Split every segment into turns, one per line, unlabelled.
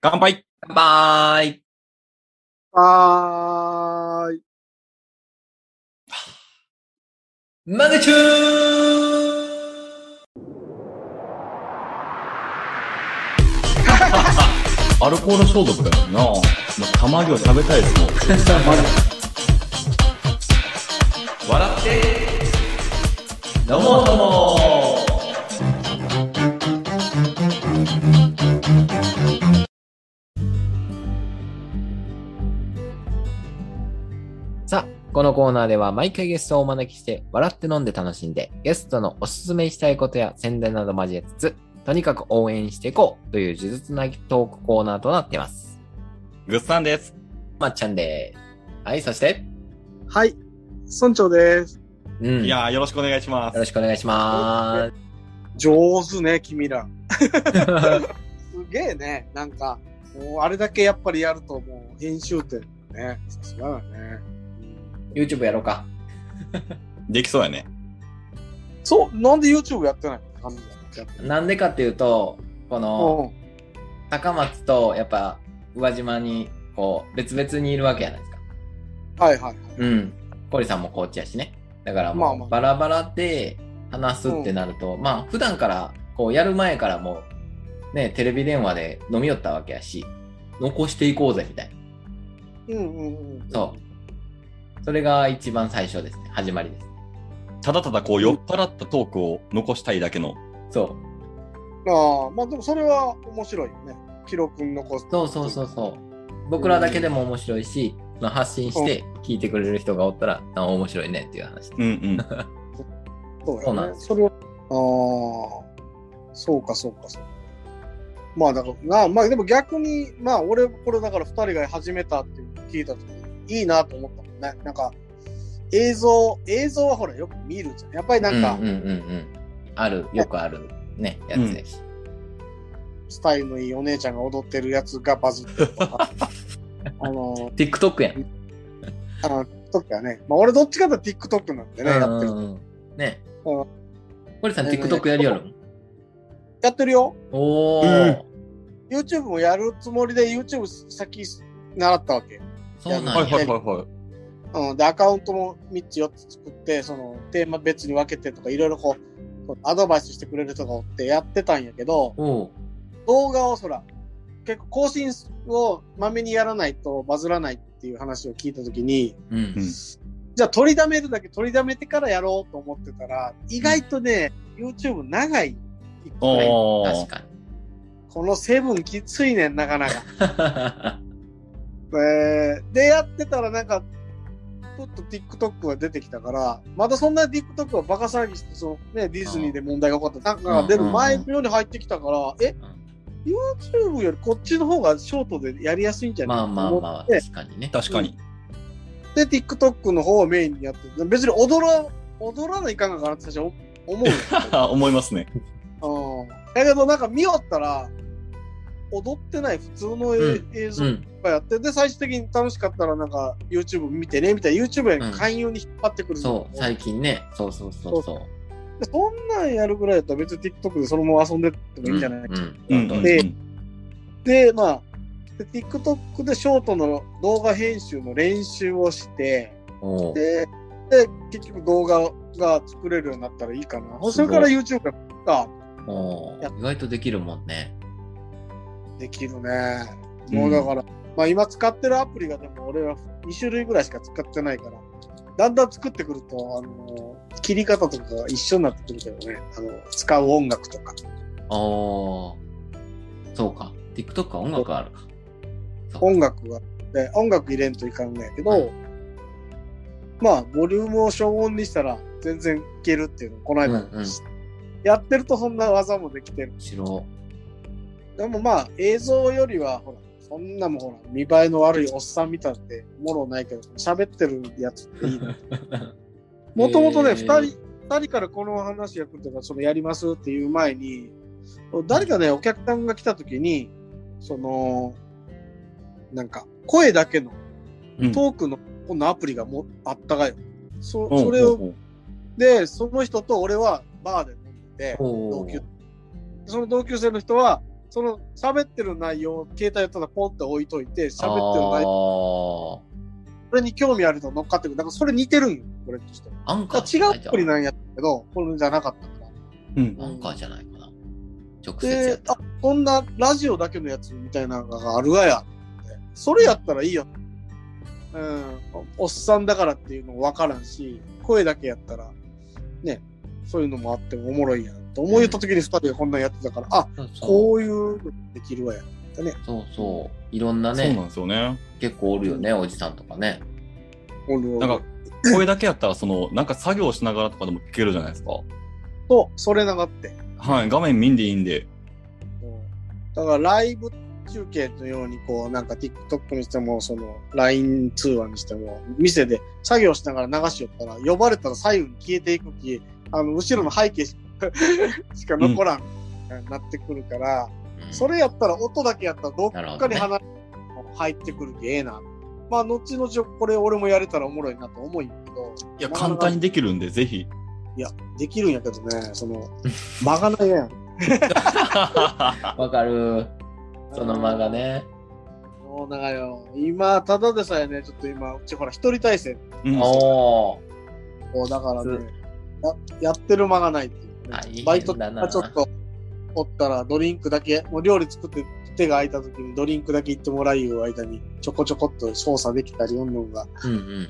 乾杯
乾杯
はーい。
マグチュー
アルコール消毒だよな。もう玉木を食べたいですもん。
笑って飲もうとも
さあ、このコーナーでは毎回ゲストをお招きして、笑って飲んで楽しんで、ゲストのおすすめしたいことや宣伝など交えつつ、とにかく応援していこうという呪術なぎトークコーナーとなっています。
グッサンです。
まっちゃんでーす。はい、そして、
はい。村長です。
うん。
い
よ
やー、よろしくお願いします
ろ。しくお願いしま
上手ね、君ら。すげえね。なんか、もうあれだけやっぱりやるともう編集点ね。さすがだね。
す。YouTube やろうか。
できそうやね。
そう、なんで YouTube やってないの神田やって
なんでかっていうと、この、
うん。
高松と、やっぱ、宇和島に、こう、別々にいるわけじゃないですか。
はいはいはい。
うん。コリさんもコーチやしね。だから
ま
も
あ
う、
まあ
バラバラで話すってなると、まあ、普段から、こう、やる前からもう、ね、テレビ電話で飲み寄ったわけやし、残していこうぜ、みたい
う
な。
んうんうん。
そう。それが一番最初ですね。始まりです。
ただただこう酔っ払ったトークを残したいだけの。
そう。
ああ、まあでもそれは面白いよね。記録に残す。
そうそうそうそう。僕らだけでも面白いし、その発信して聞いてくれる人がおったら、あ面白いねっていう話。
うんうん。
そう
そ
や
うなん
ね
で。
それを、ああ、そうかそうかそうか。まあだから、なあまあでも逆に、まあ俺、これだから二人が始めたって聞いたとき、いいなと思ったもんね。なんか、映像、映像はほらよく見るじゃん。やっぱりなんか
うん、うんうんうん。ある、よくある、ね、やつやし。
スタイルのいいお姉ちゃんが踊ってるやつがバズってると か。あの、
TikTok やん。
あの、時はね、まあ俺どっちかというと TikTok なんでね、やってる。
うんうんうんね
う
堀さん、
ねえねえ
TikTok やりよるん
やってるよ。
おお、
YouTube もやるつもりで YouTube 先習ったわけ。
そうなんや。
はいはいはい
い
は
うん、で、アカウントも3つ4つ作って、そのテーマ別に分けてとか、いろいろこう、こうアドバイスしてくれる人がおってやってたんやけど、
おう
動画をそら、結構更新をまめにやらないとバズらないっていう話を聞いたときに、
うん。
うん
じゃあ取りだめるだけ取りだめてからやろうと思ってたら、意外とね、YouTube 長い。
い。お
確
ー。
かに。
このセブンきついねん、なかなか。えーで、やってたらなんか、ちょっと TikTok が出てきたから、またそんな TikTok がバカ騒ぎして、そのね、ディズニーで問題が起こった、なんかが出る前のように入ってきたから、え、YouTube よりこっちの方がショートでやりやすいんじゃない
まあまあまあ、
で
確かにね。
確かに。
で、TikTok の方をメインにやってる、別に踊ら、踊らないかんかなって最初思うよ。
思います ね。
うん。だけどなんか見よったら、踊ってない普通の映
うん
映像
う
が
ん。
やって、で、最終的に楽しかったらなんか YouTube 見てね、みたいな YouTube
うん
に勧誘に引っ張ってくる、
そう、最近ね。そうそうそうそう。
でそんなんやるぐらいだったら別に TikTok でそのまま遊んでってもいいんじゃない、
うんうん
うんうん
でで、まあ、で TikTok でショートの動画編集の練習をして、
おう
で、で結局動画が作れるようになったらいいかな。それから YouTube が
おう
や
意外とできるもんね。
できるね。
うん
もうだから、まあ今使ってるアプリがでも俺は2種類ぐらいしか使ってないから、だんだん作ってくると、あの、切り方とかが一緒になってくるけどね、あの、使う音楽とか。
おお。そうか。TikTok は音楽あるか。
音楽がで音楽入れんといかんのやけど、
はい
まあボリュームを消音にしたら全然いけるっていうのをこの間、
うんうん
やってるとそんな技もできてる
しろ。
でもまあ映像よりはほらそんなもんほら見栄えの悪いおっさん見たってもろないけど喋ってるやつってい いもともとね、
えー
二人、二人からこの話が来るとか、そのやりますっていう前に、誰かね、お客さんが来た時に、その、なんか、声だけの
うん、
トークの、このアプリがもうあったがよ。そ
うん
それを、
うん
で、その人と俺はバーで飲んでて、
お
同
う
級、その同級生の人は、その喋ってる内容を携帯をただポンって置いといて、喋ってる内容、
あ
それに興味あると乗っかってくる。だからそれ似てるんよ、これとしては。
あ。アンカ
だ
ー
から違うアプリ
じゃない
なんやったけど、これじゃなかったから。
うん
じゃ。んアンカーじゃないかな。直接やっ
で、
た
あ、こんなラジオだけのやつみたいなのがあるがや。それやったらいいよ。うん。おっさんだからっていうのもわからんし、声だけやったら、ね、そういうのもあってもおもろいやんって思いよった時に二人がこんなんやってたから、あ、
そうそ
こういうのできるわや。
うそうそう。いろんな
そうな
ね、
んですよね。
結構おるよね、おじさんとかね。
おるおる
なんか、声だけやったら、その、なんか作業しながらとかでも聞けるじゃないですか。
と、それながって。
はい、画面見んでいいんで。
うんだからライブ中継のように、こう、なんか TikTok にしても、その LINE 通話にしても、店で作業しながら流しよったら、呼ばれたら左右に消えていくき、あの、後ろの背景ししか 残らん、なってくるから、
うん
それやったら音だけやったらどっ
なるほ
かに
どね
離れ入ってくるき、ええな。まあ、後々これ俺もやれたらおもろいなと思うんやけど、
いや、
なかな
簡
か
単にできるんで、ぜひ。
いや、できるんやけどね、その、間がないやん。
わかる。その間がね。
そうだからよ、今、ただでさえね、ちょっと今、うちほら、一人体制、
うん、
おお。
こうだからね、ややってる間がないっていう、
あ
ね
いいね
バイト
だ
が
な
ちょっと、おったら、ドリンクだけ、もう料理作って、手が空いた時にドリンクだけ行ってもらいいう間に、ちょこちょこっと操作できたり、うんぬんが
うんうんうん。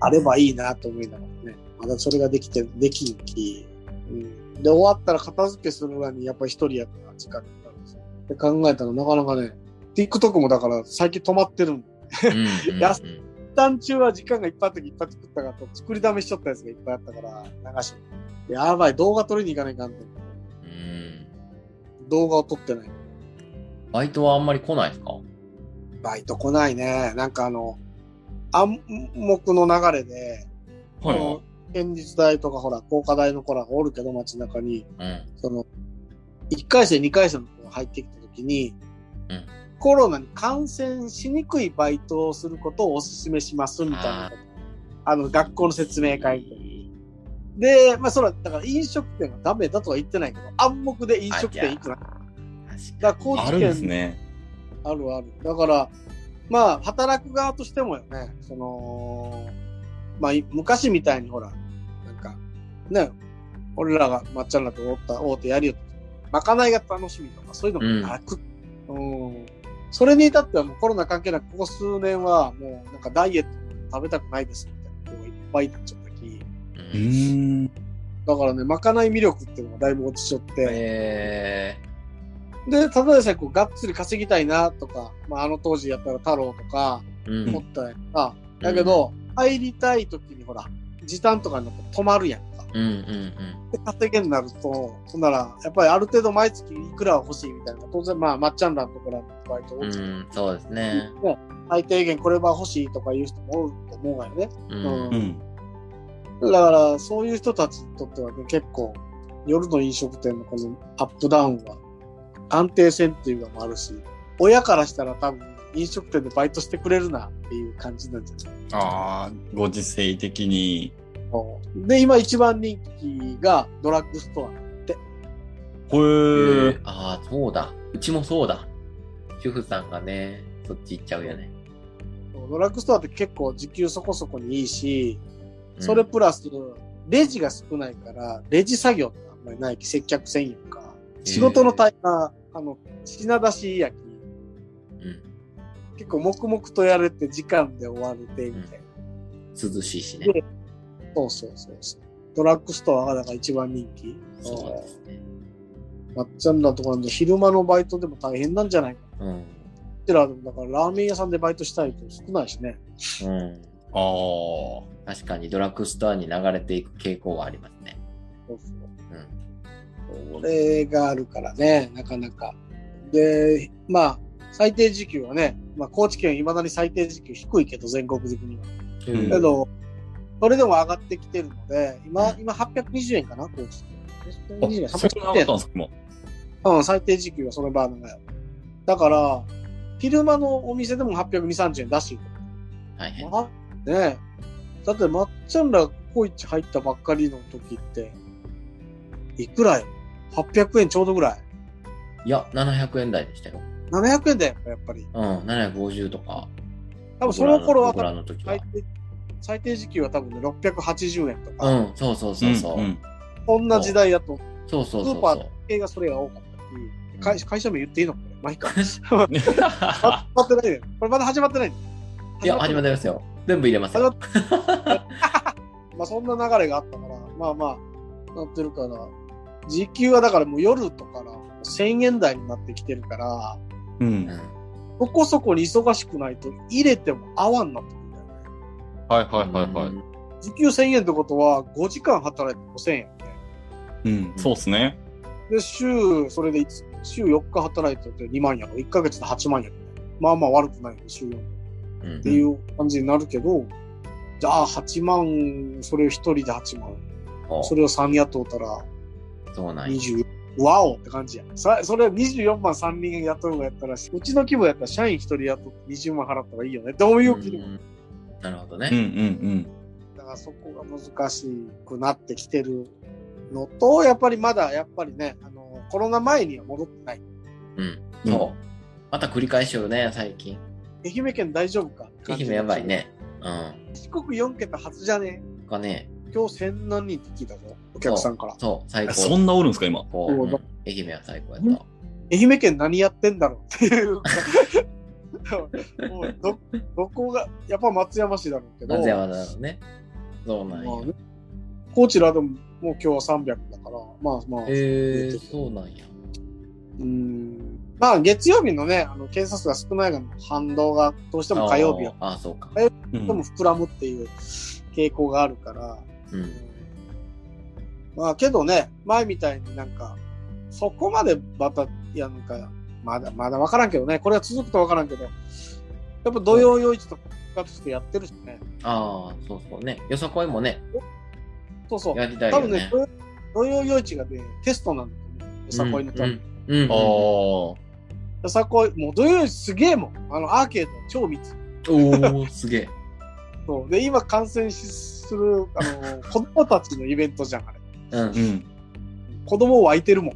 あればいいなと思いながらね、まだそれができて、できんき、うん。で、終わったら片付けするのに、やっぱり一人やから時間かかるんですよ。で、考えたら、なかなかね、TikTok もだから、最近止まってるんで
うんうん
や
うん
一旦中は時間がいっぱいあった時いっぱい作ったからと作りだめしちゃったやつがいっぱいあったから流してやばい動画撮りに行かないかんって
うん
動画を撮ってない
バイトはあんまり来ないですか
バイト来ないねなんかあの暗黙の流れで、
はい
あの現実大とかほら工科大の子らがおるけど街中に
うん。
その1回生2回生の子が入ってきた時に、
うん
コロナに感染しにくいバイトをすることをお勧めしますみたいなことあの学校の説明会みたいなで、まあ、それは、だから飲食店がダメだとは言ってないけど、暗黙で飲食店行くな。
あ
だか
確
ら
か
高
あ
知
るんです
県
ね。
あるある。だから、まあ、働く側としてもよね、その、まあ、い昔みたいにほら、なんか、ね、俺らがまっちゃんらとおった、大手やりよった。まかないが楽しみとか、そういうのもなく、うん。それに至ってはもうコロナ関係なく、ここ数年はもうなんかダイエット食べたくないですみたいな人がいっぱいになっちゃったき、
に。
う
うん
ーん。
だからね、まかない魅力っていうのがだいぶ落ちちゃって、
え
で、ただでさえこう、がっつり稼ぎたいなとか、まあ、あの当時やったら太郎とか、
ーうん
思ったやんか。だけど、入りたい時にほら、時短とかになって止まるやんか。
うんうん
で、稼げになると、そんなら、やっぱりある程度毎月いくらは欲しいみたいな。当然、まあ、まっちゃんらのところのバイト、
うん。うん、そうですね。
ね最低限これは欲しいとかいう人もおると思うわよね。
う
うん
ん。
うん。
だから、そういう人たちにとってはね、結構、夜の飲食店のこのアップダウンは、安定性っていうのもあるし、親からしたら多分、飲食店でバイトしてくれるなっていう感じなんじゃない
ああ、ご時世的に。
で、今一番人気がドラッグスト
これ、
えーああ、そうだ。うちもそうだ。主婦さんがね、そっち行っちゃうよね。
ア。ドラッグストアって結構時給そこそこにいいし、
うん
それプラス、レジが少ないから、レジ作業ってあんまりないき、接客専用か。仕事の大半、あの、品出し焼き。
うん。
結構黙々とやれて時間で終われてみたいな。
涼しいしね。
でそうそうそうそう。ドラッグストアがだから一番人気。
そうですね。
まっちゃんらとかなんて昼間のバイトでも大変なんじゃないかな。
うん。
うちらでもだからラーメン屋さんでバイトしたいと少ないしね。
うん。
ああ。
確かにドラッグストアに流れていく傾向はありますね。
そうそう
うん。
これがあるからね、なかなか。で、まあ、最低時給はね、まあ、高知県いまだに最低時給低いけど、全国的には。
うん
けど、それでも上がってきてるので、今、
うん
今820円かな、高知県。
あ、そん
820円
な上がったんですか、今。
うん、最低時給はそのバーナーよ。だから、昼間のお店でも820、30円出して
大変。
まあ、ねえ。だって、まっちゃんらコイチ入ったばっかりの時って、いくらよ ?800 円ちょうどぐらい。
いや、700円台でしたよ。
700円だよ、やっぱり。
うん、750とか。
多分その頃は
僕らの時は
最。低最低時給は多分ね、680円とか、
うん、そうそうそうそう。
んん
こんな時代だと、
そうそう
ス
そう
ーパー
そう。
映画それが多かったっていう。会会社名言っていいのこれ、毎 回。 始
あ
まってないよ。これまだ始まってない。
いや、始まってますよ。全部入れますよ。
まあそんな流れがあったから、まあまあ、なってるから、時給はだからもう夜とかな1000円台になってきてるから、
うん。
うん
はい
そこそこに忙しくないと入れても合わんなってくるんだよね。
はいはいは
うん
時給1000円ってことは5時間働いて5000円ね。
い。うん、そうっすね。
で、週、それでいつ週4日働いてて2万やろ。1ヶ月で8万やろ。まあまあ悪くないよね、週4っ
うん
ていう感じになるけど、じゃあ8万、それを1人で8万、
お
それを3雇ったら
そうなんや。
20、ワオって感じや。そそれ24万3人雇うのやったら、うちの規模やったら社員1人雇って20万払ったらいいよね。どういう気にも。
うんなるほど
うんう
ね。
ん
だからそこが難しくなってきてるのと、やっぱりまだやっぱりね、あのコロナ前には戻ってない。
うん。
うん
そう。また繰り返しよね、最近。
愛媛県大丈夫かって感
愛
じ
媛やばい。ね。うん。
四国4桁初じゃね
がね、
今日千何人って聞いたぞ、お客さんから。
そ
う
う、最
ん。
高。
そんなおるんすか、今。
こう
そう
うん愛媛は最高やった。
愛媛県何やってんだろうって いうか。もうどどこが、やっぱ松山市だろうけど。
なぜわざわね。そうなん
まあ
や
ね。高知らでももう今日は300だから、まあまあ、
えー、そうなんや。
うーん、まあ月曜日のね、あの検査数が少ないのの反動がどうしても火曜日は
あーあー、そうか。
う
どうしても
ん。
膨らむっていう傾向があるから、
う
うん
ん。
まあけどね、前みたいになんか、そこまでまた、いやなんか、まだまだ分からんけどね、これは続くと分からんけど、やっぱ土曜夜市とかしてやってるしね、
ああ、そうそうね。よさこいもね、
そうそう、
やりたい
多
よ
分ね
ね。、
土曜夜市がね、テストなんだよね、よさこいのために
うん。うん。
あ
お
ー
よさこい、もう土曜日すげえもん。あの、アーケード超密。
お、すげえ。
そう。で、今感染しする、あの、子供たちのイベントじゃん、あれ。
うん
う。ん。
子供湧いてるも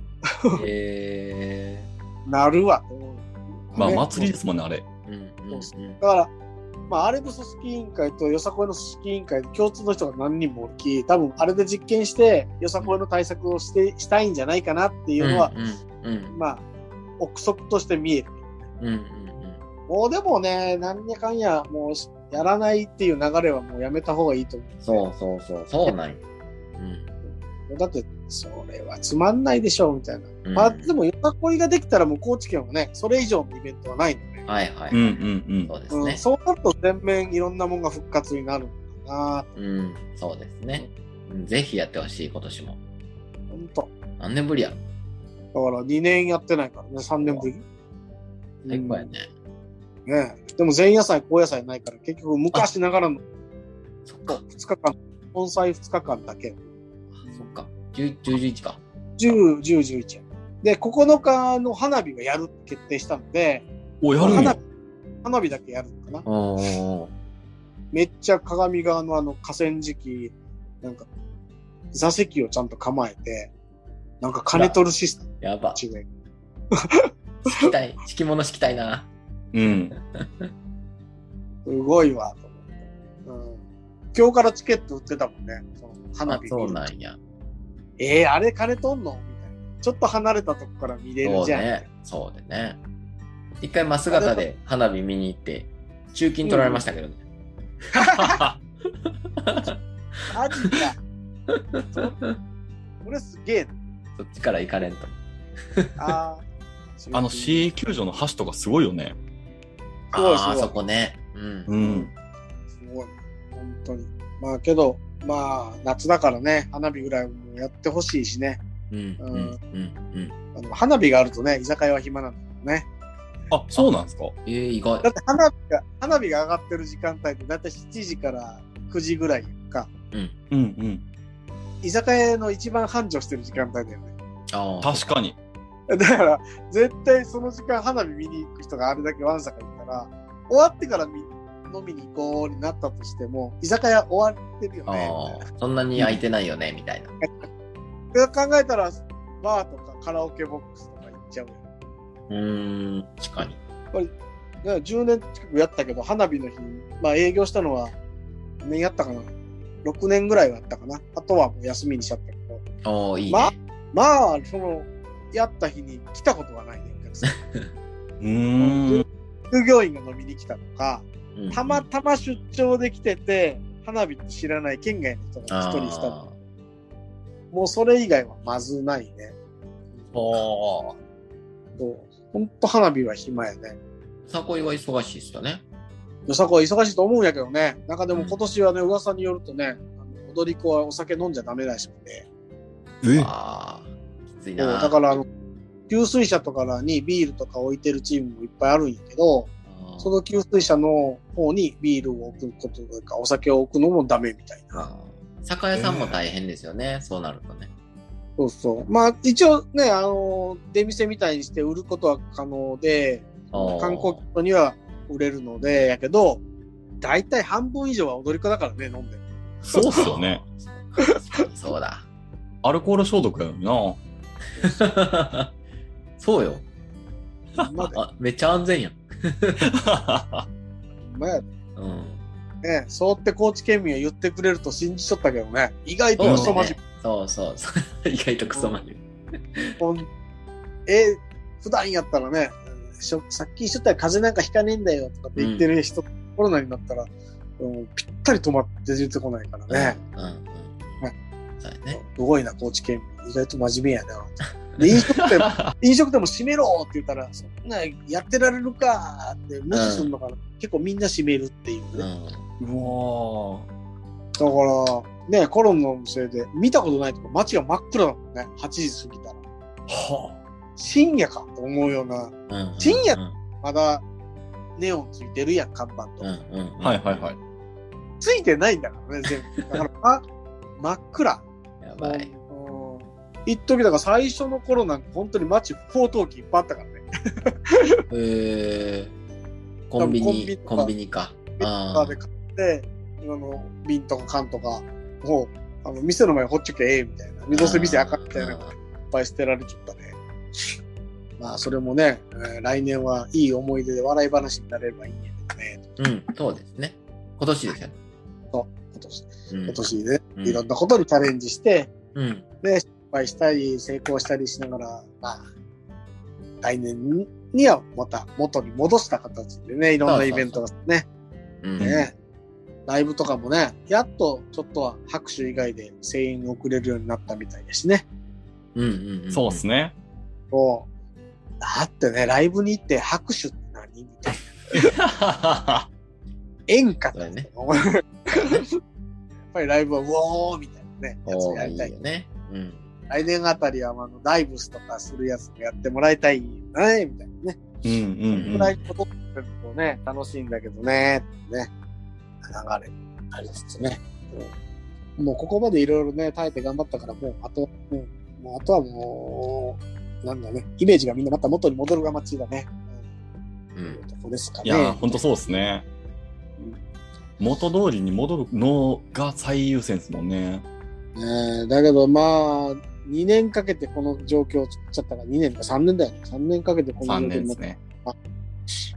え
ん。なるわ。
まあ、
ね
祭りですもんね、あれ。
ー。うんうんうん。
だから、まあ、あれの組織委員会とよさこいの組織委員会で共通の人が何人もおるき、多分あれで実験して、よさこいの対策をして、したいんじゃないかなっていうのは、
うんうん
まあ、憶測として見える。
うんうん
もうでもね、なんやかんや、もう、やらないっていう流れはもうやめた方がいいと思う。
そうそうそうそうなんやうん
だって、それはつまんないでしょ、みたいな。
うん
まあ、でも、よさこいができたら、もう高知県はね、それ以上のイベントはないので、
はいはい
うんうん
そうで
う
す
ん
ね
そうなると全面いろんなもんが復活になるのかな
うんそうですねうんぜひやってほしい今年も
ほんと。
何年ぶりや
だから、2年やってないからね、3年ぶり。
最高や
うん
ね
ねえでも、前夜祭、後夜祭ないから、結局、昔ながらの
そっか
2日間、盆栽2日間だけ、
そっか10 11か
10、10、11や。で、9日の花火がやるって決定したので、
うん。お、やるん
花
や
火。花火だけやるのかな。
おー
めっちゃ鏡側のあの河川敷、なんか、座席をちゃんと構えて、なんか金取るシステム
やば敷
違う。
きたい敷物敷きたいな
うん。
すごいわ、と思って。うん。今日からチケット売ってたもんね。その花
あ
火
そう
見る
なんや
えー、あれ金取んのみたいな。ちょっと離れたとこから見れ
そ
る
う
じゃん。
ねそうでね一回真姿で花火見に行って中金取られましたけどね
マジ か。これすげえな。
そっちから行かれんと
あ ー
あの、C 球場の橋とかすごいよね。
すごいすご
ああ
い
ーそこねうん
うん。
すごい。本当に。まあけど、まあ夏だからね、花火ぐらいもやってほしいしね。
うんうんうんうん
あの花火があるとね、居酒屋は暇なんだけどね。
あ、そうなんですか
えー、意外
だ。って花火が、花火が上がってる時間帯ってだいたい7時から9時ぐらいか。
うんうん。
居酒屋の一番繁盛してる時間帯だよね。
ああ、
確かに。
だから、絶対その時間花火見に行く人があれだけわんさかいたら、終わってからみ飲みに行こうになったとしても、居酒屋終わってるよ
あ
ね。
ーそんなに空いてないよね、みたいな。
で考えたら、バーとかカラオケボックスとか行っちゃうよ。
うーん、確かに。
だから10年近くやったけど、花火の日、まあ営業したのは、何年やったかな ?6 年ぐらいはやったかなあとはもう休みにしちゃったけど。
おー、いいね。
まあ、まあ、その、やった日に来たことがないね、お客さん。
うーん。
従業員が飲みに来たとか、
うんうん
たまたま出張で来てて、花火って知らない県外の人が一人来た
あ
の。もうそれ以外はまずないね。
ーおー、
そうほんと花火は暇やね。
さこいは忙しいっすよね。
よさこは忙しいと思うんやけどね。なんかでも今年はね、噂によるとね、あの踊り子はお酒飲んじゃダメらしくて。
え
あー、きつい
そう
な。
だからあの、給水車とかにビールとか置いてるチームもいっぱいあるんやけど、
あー
その給水車の方にビールを置くこととか、お酒を置くのもダメみたいな。
あー酒屋さんも大変ですよね、そうなるとね。
そうそう。まあ、一応ね、あの、出店みたいにして売ることは可能で、
おー
観光客には売れるので、やけど、大体半分以上は踊り子だからね、飲んで。
そうっすよね。
そうだ。
アルコール消毒やの
そうよ。
ほんまで
あめっちゃ安全やん。
にな。
ほんまや
うん。
ね、そうって高知県民は言ってくれると信じちょったけどね、意外と
そう
ク
そ
ソ
う
マジ、
そうそう そう。意外とクソマジ。
ほんえ、普段やったらね、しょさっきしとったら風邪なんかひかねえんだよとかって言ってる人、コロナになったら、うん、ぴったり止まって出てこないからね、
うんうん。そうやね。
すごいな、高知県民、意外と真面目やな。で飲食店 飲食店も閉めろって言ったら、そんなやってられるかって無視するのかな、結構みんな閉めるっていうね。
うん。
うわ
だから、ね、コロナのせいで、見たことないとか、街が真っ暗だもんね。8時過ぎたら。
は
深夜かと思うような、
うん。
深夜
うん
まだ、ネオンついてるやん、看板と
う
か。
んうん。
はいはいはい。
ついてないんだからね、全部。だから、 あ、真っ暗。
い。やばい。
うん。一時だから最初の頃なんか、本当に街、不法投棄いっぱいあったからね。
えー、コンビニ、
多
コ
分
ン
コン
ビ
ビ
ニか。
カーで買って、あの、瓶とか缶とか、もう、あの、店の前ほっちょけええ、みたいな。どうせ店あかんみたいな。いっぱい捨てられちゃったね。まあ、それもね、えー来年はいい思い出で笑い話になれればいいんやけどね、
うん、そうですね。今年ですよね。
今年。
うん
今年ね、
うん
いろんなことにチャレンジして、
うん。
失敗したり、成功したりしながら、まあ、来年にはまた元に戻した形でね、いろんなイベントがね、
うん。
ね、ライブとかもね、やっとちょっとは拍手以外で声援を送れるようになったみたいですね。
うんうんうん。
そうっすね。
もう、だってね、ライブに行って拍手って何みたいな。演 歌だよね。やっぱりライブは、うおーみたいなね、やつ
お
をや
ーい
り
い
たい。
よね。うん。
来年あたりは、あの、ライブスとかするやつもやってもらいたいよね、みたいなね。
うんうんう
ぐ
ん。
らいことってるとね、楽しいんだけどね、ってね、流れ、ありつつね。うんもうここまでいろいろね、耐えて頑張ったから、もう、あと、うん、もうあとはもう、なんだね、イメージがみんなまた元に戻るがちだね。
う
うんん、。とこですか
い
ね。
やー、ほんとそうっすね。元通りに戻るのが最優先ですもんね。
ねえだけどまあ、2年かけてこの状況を作っちゃったから、2年か3年だよね。3年かけてこの
3
状況
年
に
で
なっ
すね。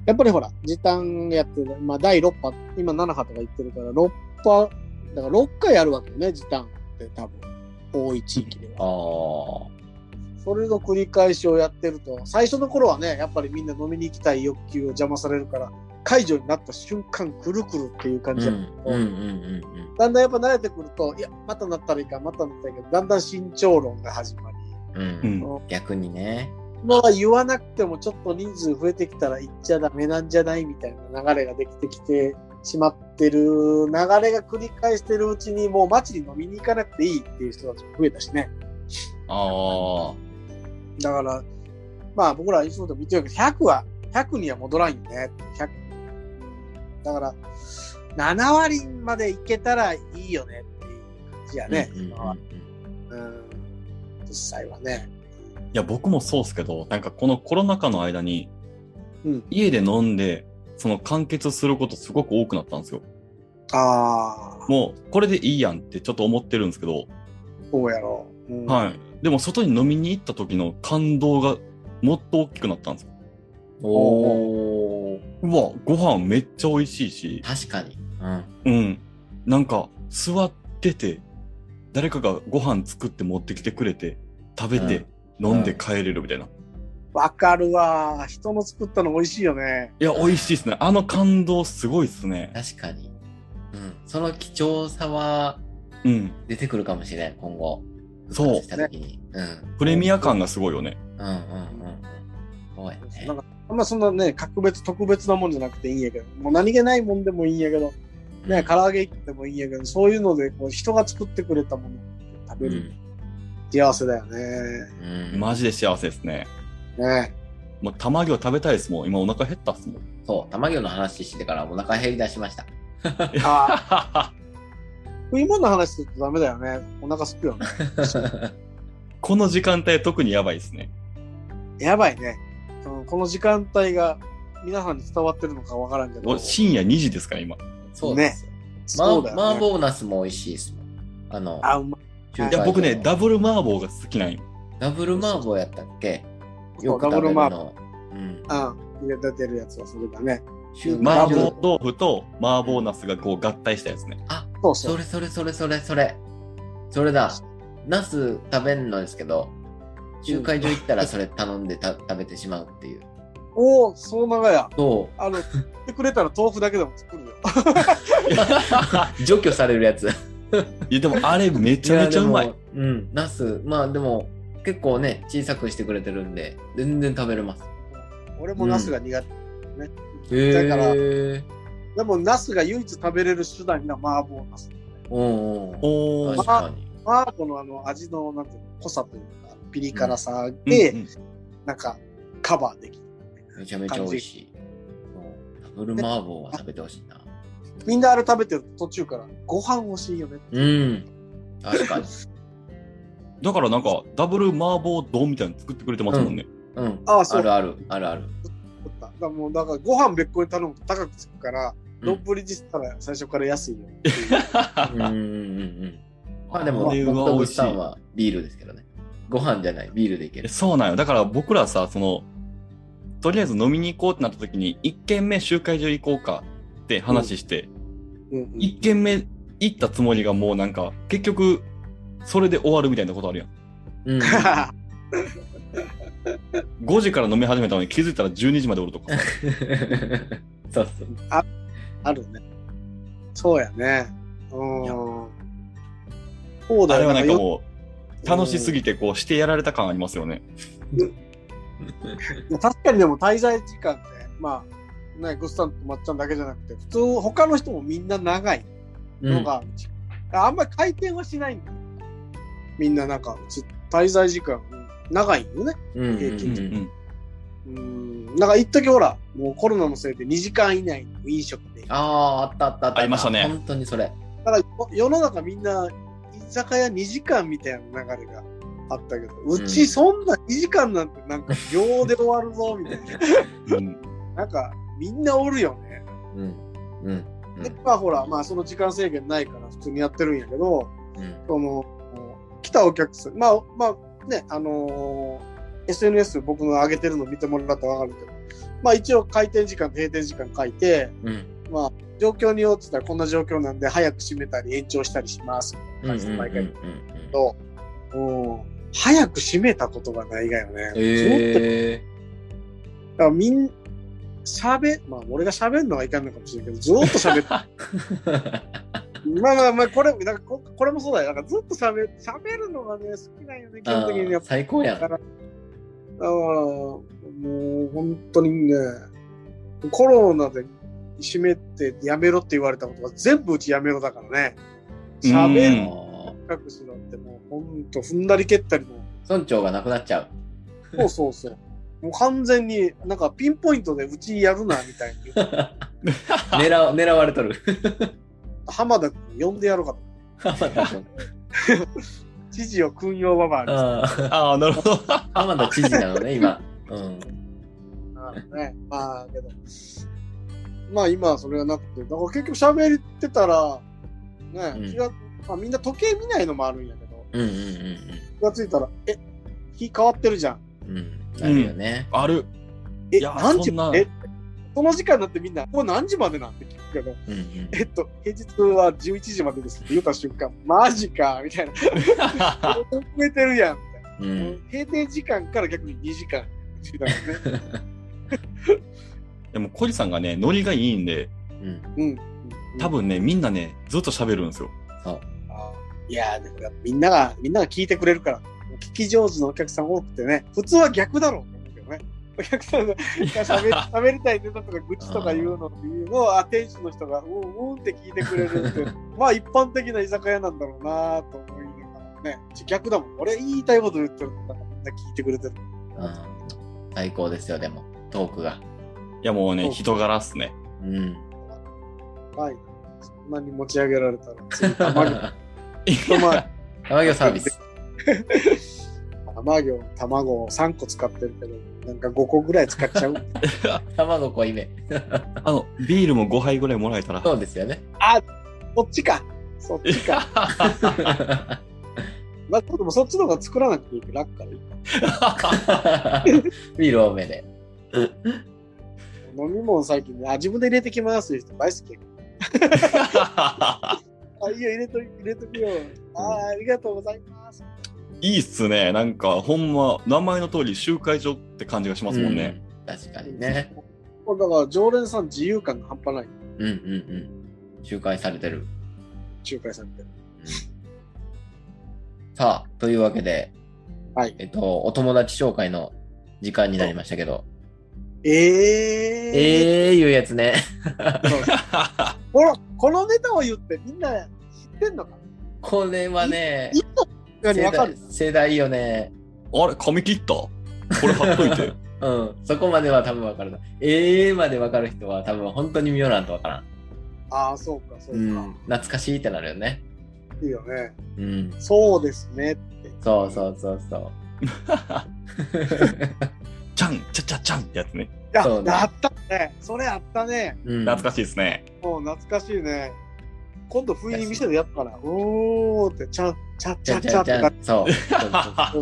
やっぱりほら、時短やってる、まあ第6波、今7波とか言ってるから、6波、だから6回あるわけよね、時短って多分、多い地域で
あ
は。
あ。
それの繰り返しをやってると、最初の頃はね、やっぱりみんな飲みに行きたい欲求を邪魔されるから、解除になった瞬間、くるくるっていう感
う
じだ
んうんうんうん
だんだんやっぱ慣れてくると、いや、またなったらいいか、またなったらいいか、だんだん慎重論が始まり、
う。
うんん。
逆にね。
まあ言わなくてもちょっと人数増えてきたら行っちゃダメなんじゃないみたいな流れができてきてしまってる流れが繰り返してるうちにもう街に飲みに行かなくていいっていう人たちも増えたしね。
ああ。
だから、まあ僕らいつもでも言ってるけど、100は、100には戻らんよね。100。だから、7割まで行けたらいいよねっていう感じやね。
うんうん
今はうん実際はね。
いや、僕もそうっすけど、なんかこのコロナ禍の間に、
うん
家で飲んで、その完結することすごく多くなったんですよ。
ああ、
もう、これでいいやんってちょっと思ってるんですけど、
そうやろう。うん
はい。でも、外に飲みに行った時の感動がもっと大きくなったんですよ。
おー。
うわ、ご飯めっちゃ美味しいし、
確かに。うん。
うん。なんか、座ってて、誰かがご飯作って持ってきてくれて、食べて、飲んで帰れるみたいな。
わかるわ。人の作ったの美味しいよね。
いや、美味しいですね。あの感動すごいですね。
確かに。うん。その貴重さは
うん。
出てくるかもしれん、今後。
そう
復活した時に。うん。
プレミア感がすごいよね。
うんうんうんうん。そうやね
なん。か、あんまそんなね、格別、特別なもんじゃなくていいんやけど、もう何気ないもんでもいいんやけど、ね、唐揚げでもいいんやけど、そういうので、こう、人が作ってくれたもの食べ
う
る
ん。
幸せだよね。
うん。
マジで幸せですね。
ね。
もう玉行食べたいですもん。今お腹減ったっすもん。
そう、玉行の話してからお腹減り出しま した。
あ ー食い物の話するとダメだよね。お腹すくよね。
この時間帯特にやばいですね。
やばいね。うん、この時間帯が皆さんに伝わってるのかわからんけど
お。深夜2時ですから、今。
そうですよ。
そ
マ
うだよ
マー
ね。
ボーナスも美味しいですもん。あの、
あ、うま
中華
いや、僕ね、
の
ダブル麻婆が好きなんよ。
ダブルマーボーやったっけ
い。
よく
ダ
食
ブ
べ
ル
る
マーボー。
の。うん。
うん。入れてるやつはそれだね。
中
麻
華
婆
料理。
豆腐と麻婆茄子がこう合体したやつね。
そうそ。
そうれそれそれそれそれ。それだ。ナス食べんのですけど、集会所行ったらそれ頼んでた食べてしまうっていう。
おお、そう長や。
そ
あの、言ってくれたら豆腐だけでも作るよ。
う。除去されるやつ。
いや、でもあれめちゃめちゃうまい。
や。でもうん。ナス、まあでも、結構ね、小さくしてくれてるんで、全然食べれます。
俺もナスが苦手。
へ
だから
ー。
でも、ナスが唯一食べれる手段が麻婆ナス。
うんうん。
おー
確。かに。
麻婆のあの味の、なんていうの、濃さというか、ピリ辛さ
うん
で、
うん
なんか、カバーできる。
めちゃめちゃ美味しい。うんダブル麻婆は食べてほしいな。
みんなあれ食べてると途中から、ご飯欲しいよね。
うん。確かに。
だからなんか、ダブル麻婆丼みたいなの作ってくれてますもんね。
うん。
ああ、そ
あ
うだ
るある、あるある。
った。だからもう、だからご飯別個に頼むと高くつくから、
うん
丼にしたら最初から安いよ。
うんうんうんうん。まあでも、
これは
僕と
美
グッ
味し
さん
い。
はビールですけどね。ご飯じゃない、ビールでいけ る。
そうなんよ。だから僕らさ、その、とりあえず飲みに行こうってなった時に、1軒目集会所行こうかって話して、
うんうん
一1軒目行ったつもりがもうなんか、結局、それで終わるみたいなことあるやん。
うん。
5時から飲み始めたのに気づいたら12時までおるとか。
そうそう。
あるね。そうやね。うん。そ う
あ
だ
れ
よ
はなんか
よ
もう、楽しすぎてこう、してやられた感ありますよね。
確かにでも滞在時間って、まあ、ね、グッさんとまっちゃんだけじゃなくて、普通、他の人もみんな長い
うん
のが、あんまり回転はしないんだよ。みんななんか、つ滞在時間長いよね。
うんうん
う
うんうん
ん
うん。なんか一時ほら、もうコロナのせいで2時間以内の飲食で。だか
ああー、あったあったあった。
ありましたね
本当にそれ。
らよ世の中みんな、居酒屋2時間みたいな流れがあったけど、うちそんな2時間なんてなんか秒で終わるぞ、みたいな。
うん。
なんか、みんなおるよね。
うん。うん。
で、まあほら、まあその時間制限ないから普通にやってるんやけど、
うん。
その、来たお客さん、まあ、まあね、あのー SNS 僕の上げてるの見てもらったらわかるけど、まあ一応開店時間、閉店時間書いて、
うん。
状況に応じたらこんな状況なんで早く閉めたり延長したりしますみたいな感じで毎
う
回
んうん
と、うん早く閉めたことがないがよね。ずっ
ええ
とだからみん、喋、まあ俺が喋るのはいかんのかもしれんけど、ずっと喋って まあまあまあ、これ、なんかここれもそうだよ。なんかずっと喋喋るのがね、好きなんよね、基本的にやっぱ。
最高やん。
だから、だからもう本当にね、コロナで閉めてやめろって言われたことが全部うちやめろだからね。
う
喋
ん
る
あー
隠しなんてもうほんと踏んだり蹴ったりも、
村長がなくなっちゃう。
そうそうそう。もう完全になんかピンポイントでうちやるなみたいに。
狙わ狙われとる。
浜田君呼んでやろうかと。
浜田君
知事を訓用ババアにして
あー
ああ、なるほど。
浜田知事なのね、今。うん。
あのね、まあけど、まあ今はそれがなくて、だから結局喋ってたら、ね、
うん
気が、まあみんな時計見ないのもあるんやけど、
うんうん
気がついたら、え、日変わってるじゃん。
うんうん。うん。なるよね。
ある。
え、
いや
何時
そんな
え、その時間になってみんな、これ何時までなんて聞くけど、
うんうん
えっと、平日は11時までですって言った瞬間、マジかみ たいな。遅れてるやん。みたいな
うん
閉店時間から逆に2時間。だからね
でもコリさんがねノリがいいんで
うん
うんうん。
多分ねみんなねずっと喋るんですよ
そう
あーいやー、でもみんなが、みんなが聞いてくれるから、聞き上手のお客さん多くてね、普通は逆だろうと思うけどね。お客さんが喋り喋りたいネタとか愚痴とか言うのっていうのを、あ、店主の人が、うんうんって聞いてくれるって、 まあ一般的な居酒屋なんだろうなと思いながらね、逆だもん。俺言いたいこと言ってるんだから、みんな聞いてくれてる。
うん最高ですよでもトークが
いやもう
そ
ね
う
人柄っすね
うん
はい。そんなに持ち上げられたら、次、玉 行、玉行
玉行サービス
玉行、卵を3個使ってるけど、なんか5個ぐらい使っちゃう。
卵濃いめ
あのビールも5杯ぐらいもらえたら
そうですよね
そっちか。そっちか。まあ、でもそっちの方が作らなくていいから楽からいいか
ビール多めで
飲み物最近ね、あ、自分で入れてきますっていう人大好きやから。あ、いいよ、入れと、入れとくよ。あー、ありがとうございます。
いいっすねなんかほんま名前の通り集会所って感じがしますもんね、
うん確かにね
これだから、常連さん自由感が半端ない。
うんうんうん周回されてる
仲介さんって。
さあというわけで
はい。
えっとお友達紹介の時間になりましたけど
えー。え
ええー、いうやつね
この、このネタを言ってみんな知ってんのか
これはね
いいな
世
わか
代
る
世代よね
あれ髪切ったこれ貼っとい て
うん、そこまでは多分分からない。ええー、まで分かる人は多分本当に妙なんと分からん。
ああ、そうか、そう
う
か。
ん、懐かしいってなるよね。
いいよね。
うん、
そうですね。
そうそうそうそう。
ちゃんちゃちゃちゃんってやつね
いや、
そうね
やったね。それあったね。
うん、
懐かしいですね、
もう懐かしいね。今度、不意に店でやったから、おーって、ちゃん、ちゃん、ち
ち
ゃ
ゃ
ん、
ん
ち
ち
ゃん
ゃ
っ
ん
て
ち
な
ゃ
っ
ん。そう。そうそ う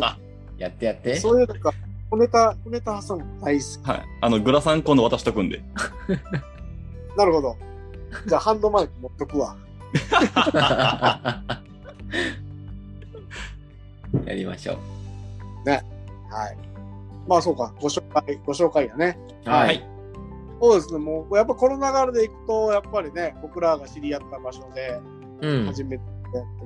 う、
やってやってて。
そういうなんか、小ネタ、小ネタ挟むの大好
はいあのグラサン今度渡しとくんで
き。なるほど。じゃあ、ハンドマイク持っとくわ。
やりましょ
はい。まあ、そうか、ご紹介、ご紹介やね。
う。
は、
はいい。
そうですね、もう、やっぱこの流れでいくと、やっぱりね、僕らが知り合った場所で、
うん。
初めて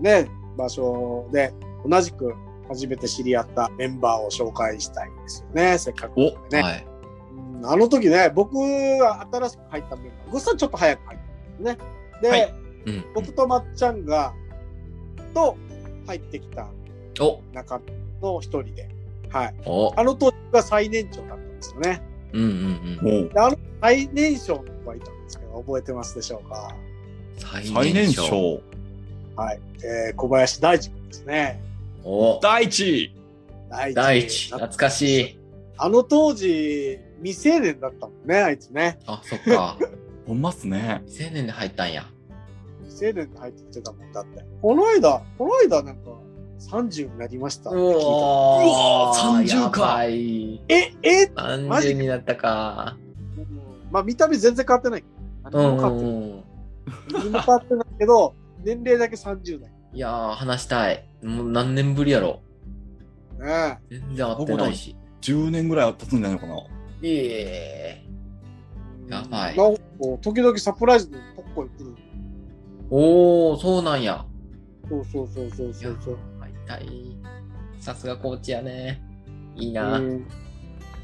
ね、場所で、同じく、初めて知り合ったメンバーを紹介したいですよね、せっかくなんでね。
はい。
うんあの時ね、僕が新しく入ったメンバー、ぐっさんちょっと早く入ったんですね。で、
はい
うん、
僕とまっちゃんが、と入ってきた
お
中の一人で、はい。
お
あの当時が最年長だったんですよね。
うんうんうん。
もう
であの最年少の子がいたんですけど、覚えてますでしょうか。
最年少。
はい。えー小林大地君ですね。
お
大地
大
第一。懐かしい。
あの当時、未成年だったもんね、あいつね。
あ、そっか。
ほんまっすね
未成年で入ったんや。
未成年で入ってきてたもんだって。この間、この間なんか、30になりましたって聞いた。
わー30か
やばい
え、え、マジ
30
か
になったか。
まあ見た目全然変わってない。
う
何も
んう
変わってない。
んうん。
何も変わってないけど、年齢だけ30代。
いやー、話したい。もう何年ぶりやろ。
ね
全然会ってないし。
10年ぐらい経つんじゃないのかない
え。
え
やばい
なんか時々サプライズでポッコリ来る。
おー、そうなんや。
そうそうそうそう
い
そ
や
うそう。
会いたい。さすがコーチやね。いいうな。
ん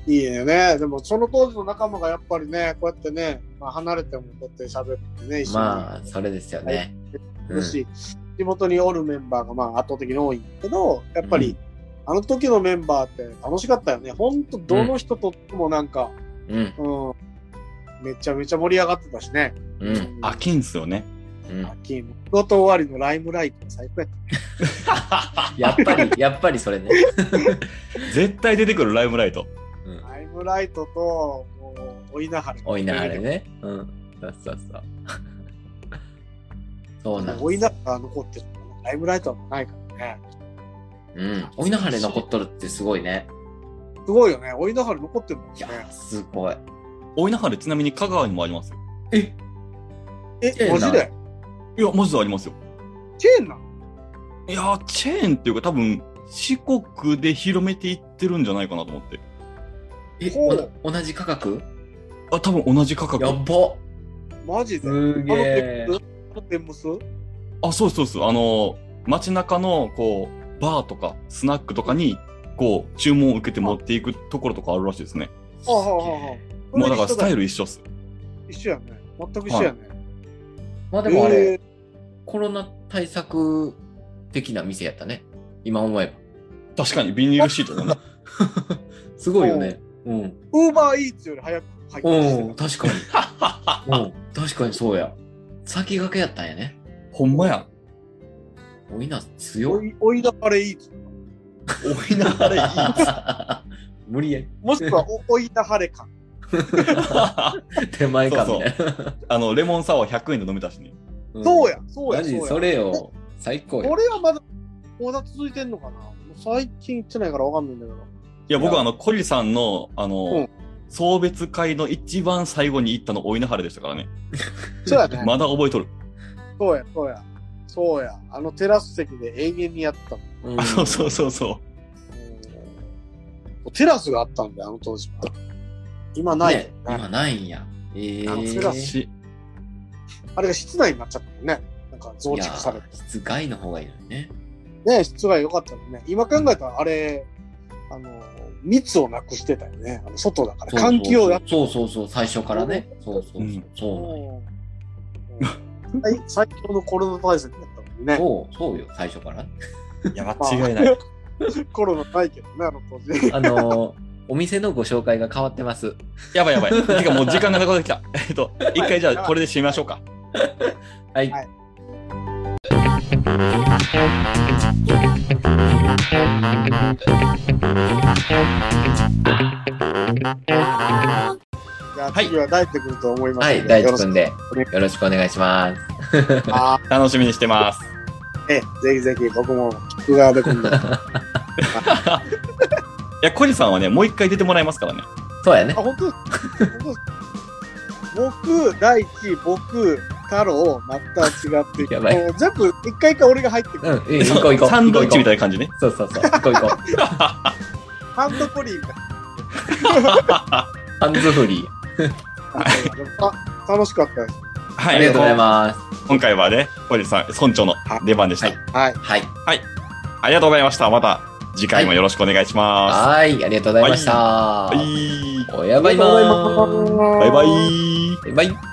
いいよね。でもその当時の仲間がやっぱりね、こうやってね、まあ、離れてもこうやって喋ってね、一緒に。
まあ、それですよね。
いるし、地元におるメンバーがまあ圧倒的に多いけど、やっぱり、
うん
あの時のメンバーって楽しかったよね。ほんと、どの人とってもなんか、
うん。
うん。めちゃめちゃ盛り上がってたしね。
うん。うん。
飽きんすよね
うん
あ、き仕事終わりのライムライトが最高やっ
やっ ぱり、やっぱりそれね。
絶対出てくるライムライト
うん
た。ライムライトと、もう、お稲荷。
おいなあれ。ね。うん。そうそうそう。そうなんです
お稲荷が残ってるのライムライトはもうないからね。
うん。お稲荷残っとるってすごいね。
すごいよね。追いながら残ってるもん
い
ね
や。ー、すごい。
大稲原ちなみに香川にもありますよ。
え
え、マジで
いや、マジでありますよ。
チェーンなの
いやー、チェーンっていうか多分、四国で広めていってるんじゃないかなと思って。
え、
ほう
お同じ価格
あ、多分同じ価格。
やっば
マジであ
すげ
の
え
テ。ムスあのテムス
あ、そうそうそう。あのー、街中の、こう、バーとか、スナックとかに、こう、注文を受けて持っていくところとかあるらしいですね。
ああ、はあ、はあ。
もうだからスタイ
ル。
ル一緒っす。
一緒やね。全く一緒やね。
まあでもあれ、
えー
コロナ対策的な店やったね。今思えば。
確かに、ビニールシートだね。
すごいよね。うん。
ウーバーイーツより早く入ってき
うん、
て
確か に。うん、確かにそうや。先駆けやったんやね。
ほんまや。
おいな、
た。
強
追
い。
い追い出されイーツ。
大稲原いいっす。
無理やり。
もしく はお追い出され感。
手前かみたいな。
あの、レモンサワー100円で飲めたしね。
ん
そうや、そうや。
マジ
そう
そ
や
れよ。最高や。
俺はまだ、まだ続いてんのかなもう最近行ってないからわかんないんだけど。
いや、
い
僕
や
あの、コリさんの、あ
う
の
ん、
送別会の一番最後に行ったの、お稲原でしたからね。
そうや ね。
まだ覚えとる。
そうや、そうや。そうや。あのテラス席で永遠にやってたの。
うん
あそうそうそうそう。
うんテラスがあったんだよ、あの当時は。今ない、
ね今ないんや。ええ
懐かし
ー。
し、。
あれが室内になっちゃったよね。なんか増
いや
築されて。
室外の方がいいのにね。
ね室外良かったもんね。今考えたらあれ、あの、密をなくしてたよね。あの外だから。換気をやっ
そうそうそう、最初からね。そうそうそううんそうなんや
もううん最最強のコロナ対策だったのにね。
そう、そうよ、最初から。
いや、間違いない。
コロナないけどね、あの当時。
あのー、お店のご紹介が変わってます。
やばいやばい。てかもう時間がなくなってきた。えっと、一回じゃあこれで締めましょうか。
はい。
はいじゃあ
はい
次は大てくると思います
は
ので。
い、第
よ
1
ろしく
分でよろしくお願いします。
あ
楽しみにしてます。
ーええぜひぜひ僕も聞く側で今度。 あ、
いや、コリさんはね、もう一回出てもらいますからね。
そうやね。
本当です本当です僕、大地、僕、太郎、また違っていく
やばい
もう全部、一回一回俺が入ってく
う
る。
ん、いい行こう行こう。
サンドイッチみた
い。
いな感じね。
そうそうそう、行こう行こ う。
ハンドコリーみたいな。
ハンズフリー。
あ楽しかったです。
は
ありがとうございます。
今回はね、コリさん、村長の出番でした。
はい
はい。
はい。
ありがとうございました。また次回もよろしくお願いしま
はーい、ありがとうございました。
す。はい
おやばいま
ありがとうござい
ー
ます
バイバイ。
す。バイバイ。